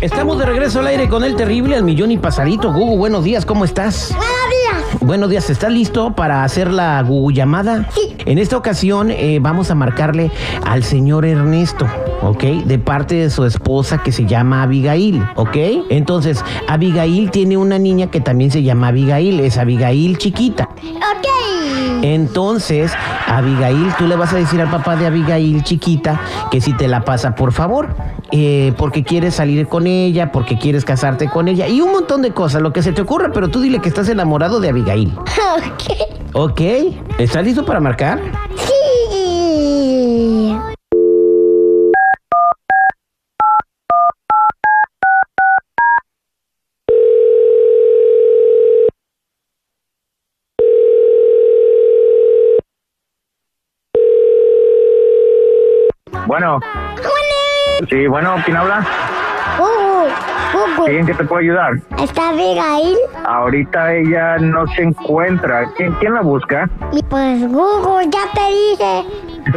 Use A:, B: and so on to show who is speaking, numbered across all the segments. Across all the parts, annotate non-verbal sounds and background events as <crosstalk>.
A: Estamos de regreso al aire con el terrible al millón y pasadito. Gugu, buenos días, ¿cómo estás?
B: Buenos días.
A: Buenos días, ¿estás listo para hacer la Gugu llamada?
B: Sí.
A: En esta ocasión eh, vamos a marcarle al señor Ernesto, ¿ok? De parte de su esposa que se llama Abigail, ¿ok? Entonces, Abigail tiene una niña que también se llama Abigail, es Abigail chiquita.
B: Ok.
A: Entonces, Abigail, tú le vas a decir al papá de Abigail chiquita que si te la pasa, por favor, eh, porque quieres salir con ella, porque quieres casarte con ella y un montón de cosas, lo que se te ocurra, pero tú dile que estás enamorado de Abigail.
B: Ok.
A: ¿Ok? ¿Estás listo para marcar?
B: Sí.
C: Bueno,
B: Hola.
C: sí, bueno, ¿quién habla?
B: Gugu. Gugu.
C: ¿Sí, ¿En qué te puedo ayudar?
B: Oh, ¿Está Abigail?
C: Ahorita ella no se encuentra. ¿Quién, quién la busca?
B: Y Pues Gugu, ya te dije.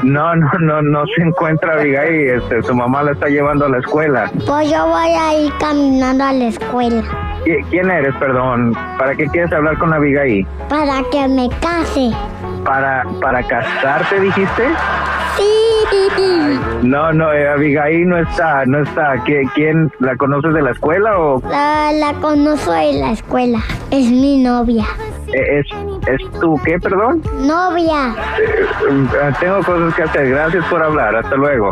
C: No, no, no, no se encuentra Abigail. Este, su mamá la está llevando a la escuela.
B: Pues yo voy a ir caminando a la escuela
C: ¿Qui- ¿Quién eres, perdón? ¿Para qué quieres hablar con Abigail?
B: para que me case.
C: ¿Para, para casarte, dijiste?
B: Sí.
C: No, no, eh, Abigail no está, no está. ¿Qui- ¿Quién, la conoces de la escuela o
B: La, la conozco en la escuela. Es mi novia.
C: eh, es, es tú qué, perdón?
B: Novia.
C: Eh, eh, tengo cosas que hacer. Gracias por hablar. Hasta luego.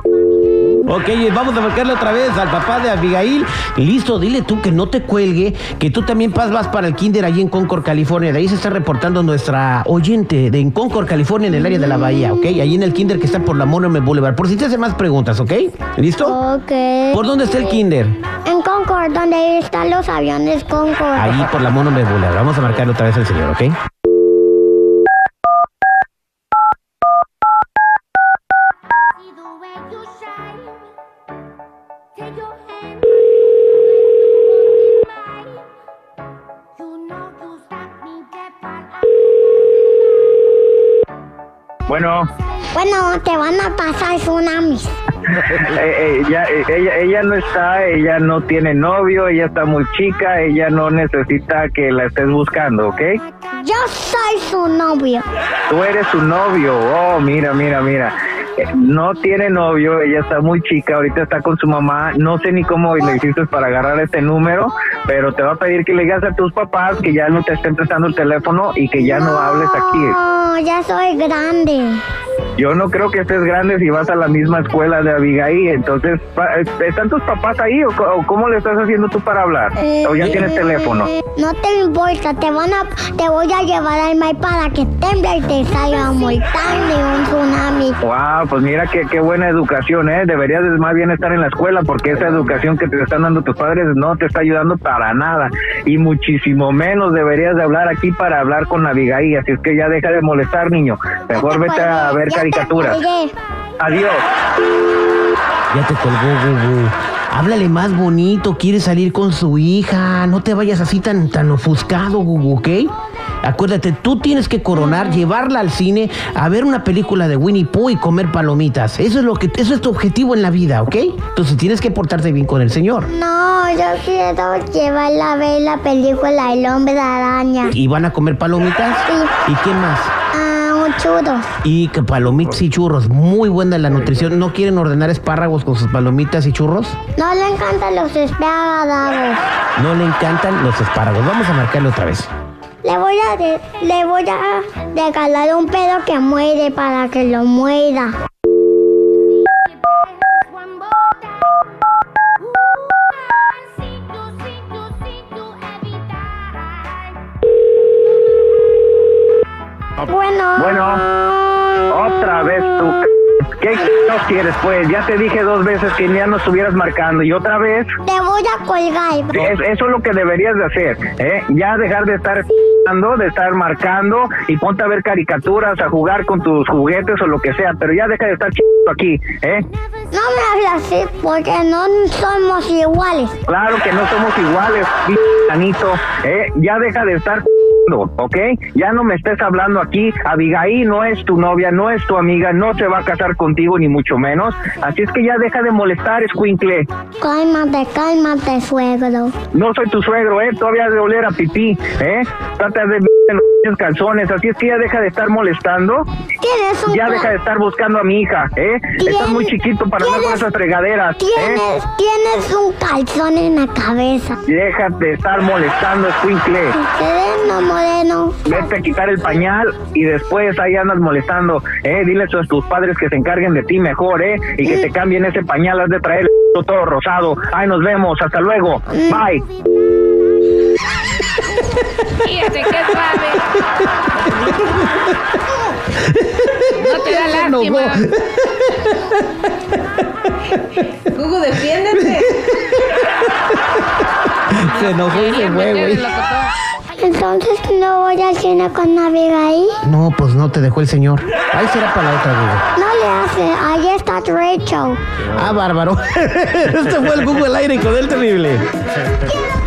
A: Ok, eh, vamos a marcarle otra vez al papá de Abigail. Listo, dile tú que no te cuelgue, que tú también pas- vas para el kinder allí en Concord, California. De ahí se está reportando nuestra oyente de en Concord, California, en el área de la bahía, ¿ok? Allí en el kinder que está por la Monument Boulevard. Por si te hace más preguntas, ¿ok? ¿Listo?
B: Ok.
A: ¿Por dónde está el kinder?
B: En Concord, donde están los aviones Concord.
A: Allí por la Monument Boulevard. Vamos a marcarle otra vez al señor, ¿ok?
D: See the way you shine. Take your hand, You know you stopped me dead, but I
C: Bueno.
B: Bueno, te van a pasar tsunamis.
C: Eh, eh, ya, eh, ella, ella no está, ella no tiene novio, ella está muy chica, ella no necesita que la estés buscando, ¿ok?
B: Yo soy su novio.
C: Tú eres su novio, oh, mira, mira, mira. Eh, No tiene novio, ella está muy chica, ahorita está con su mamá, no sé ni cómo le hiciste para agarrar este número, pero te va a pedir que le digas a tus papás que ya no te estén prestando el teléfono y que ya no hables aquí.
B: No, ya soy grande.
C: Yo no creo que estés grande si vas a la misma escuela de Abigail. Entonces, pa- eh, ¿están tus papás ahí o, co- o cómo le estás haciendo tú para hablar?
B: Eh,
C: ¿O Oh, ya tienes teléfono?
B: No te importa, te van a, te voy a llevar al mar para que temble y te salga muy tarde un tsunami.
C: Wow, pues mira qué, qué buena educación, ¿eh? Deberías de más bien estar en la escuela porque esa educación que te están dando tus padres no te está ayudando para nada. Y muchísimo menos deberías de hablar aquí para hablar con Abigail. Así es que ya deja de molestar, niño. Mejor vete a ver
B: Ya te
C: caricaturas.
B: colgué.
C: Adiós.
A: Ya te colgó, Gugu. Háblale más bonito, quiere salir con su hija. No te vayas así tan, tan ofuscado, Gugu, ¿ok? Acuérdate, tú tienes que coronar, llevarla al cine, a ver una película de Winnie Pooh y comer palomitas. Eso es lo que, eso es tu objetivo en la vida, ¿ok? Entonces tienes que portarte bien con el señor.
B: No, yo quiero llevarla a ver la película El Hombre Araña.
A: Y van a comer palomitas.
B: Sí.
A: ¿Y qué más?
B: Ah, un churros.
A: Y que palomitas y churros. Muy buena la nutrición. ¿No quieren ordenar espárragos con sus palomitas y churros?
B: No le encantan los espárragos.
A: No le encantan los espárragos. Vamos a marcarle otra vez.
B: Le voy a de- le voy a regalar un pedo que muere para que lo muera.
D: just one more time. Ooh, I see you, see you, see you every time.
B: Bueno.
C: Bueno, otra vez tú. c- ¿Qué nos quieres, pues? Ya te dije dos veces que ya no estuvieras marcando y otra vez.
B: Te voy a colgar.
C: es- eso es lo que deberías de hacer, ¿eh? Ya dejar de estar marcando, de estar marcando y ponte a ver caricaturas, a jugar con tus juguetes o lo que sea, pero ya deja de estar chingando aquí, ¿eh?
B: No me hablas así porque no somos iguales.
C: Claro que no somos iguales, pinche anito, ¿eh? Ya deja de estar ¿ok? Ya no me estés hablando aquí. Abigail no es tu novia, no es tu amiga, no se va a casar contigo, ni mucho menos. Así es que ya deja de molestar, escuincle.
B: Cálmate, cálmate, suegro.
C: No soy tu suegro, ¿eh? Todavía de oler a pipí, ¿eh? Trata de en los calzones. Así es que ya deja de estar molestando.
B: Tienes un
C: Ya
B: cua-
C: deja de estar buscando a mi hija, ¿eh? Estás muy chiquito para andar con
B: tienes-
C: esas fregaderas, ¿eh?
B: Tienes, tienes un calzón en la cabeza.
C: Deja de estar molestando, escuincle.
B: Ustedes no, moreno.
C: Vete a quitar el pañal y después ahí andas molestando, ¿eh? Diles a tus padres que se encarguen de ti mejor, ¿eh? Y que te cambien ese pañal, has de traer el <laughs> todo rosado. Ay, nos vemos, hasta luego. Bye.
E: Fíjate qué suave. No te da
A: Se enojó. <laughs>
E: lástima.
F: Gugu, defiéndete.
A: <laughs> Se enojó y se
E: Querían
A: fue,
E: meterle
A: güey.
E: lo que
B: Entonces no voy al cine con Abigail.
A: No, pues no te dejó el señor. Ahí será para la otra, Google.
B: No le hace. Ahí está Rachel.
A: <laughs> Ah, bárbaro. este fue el Google al aire con el terrible.
B: Quiero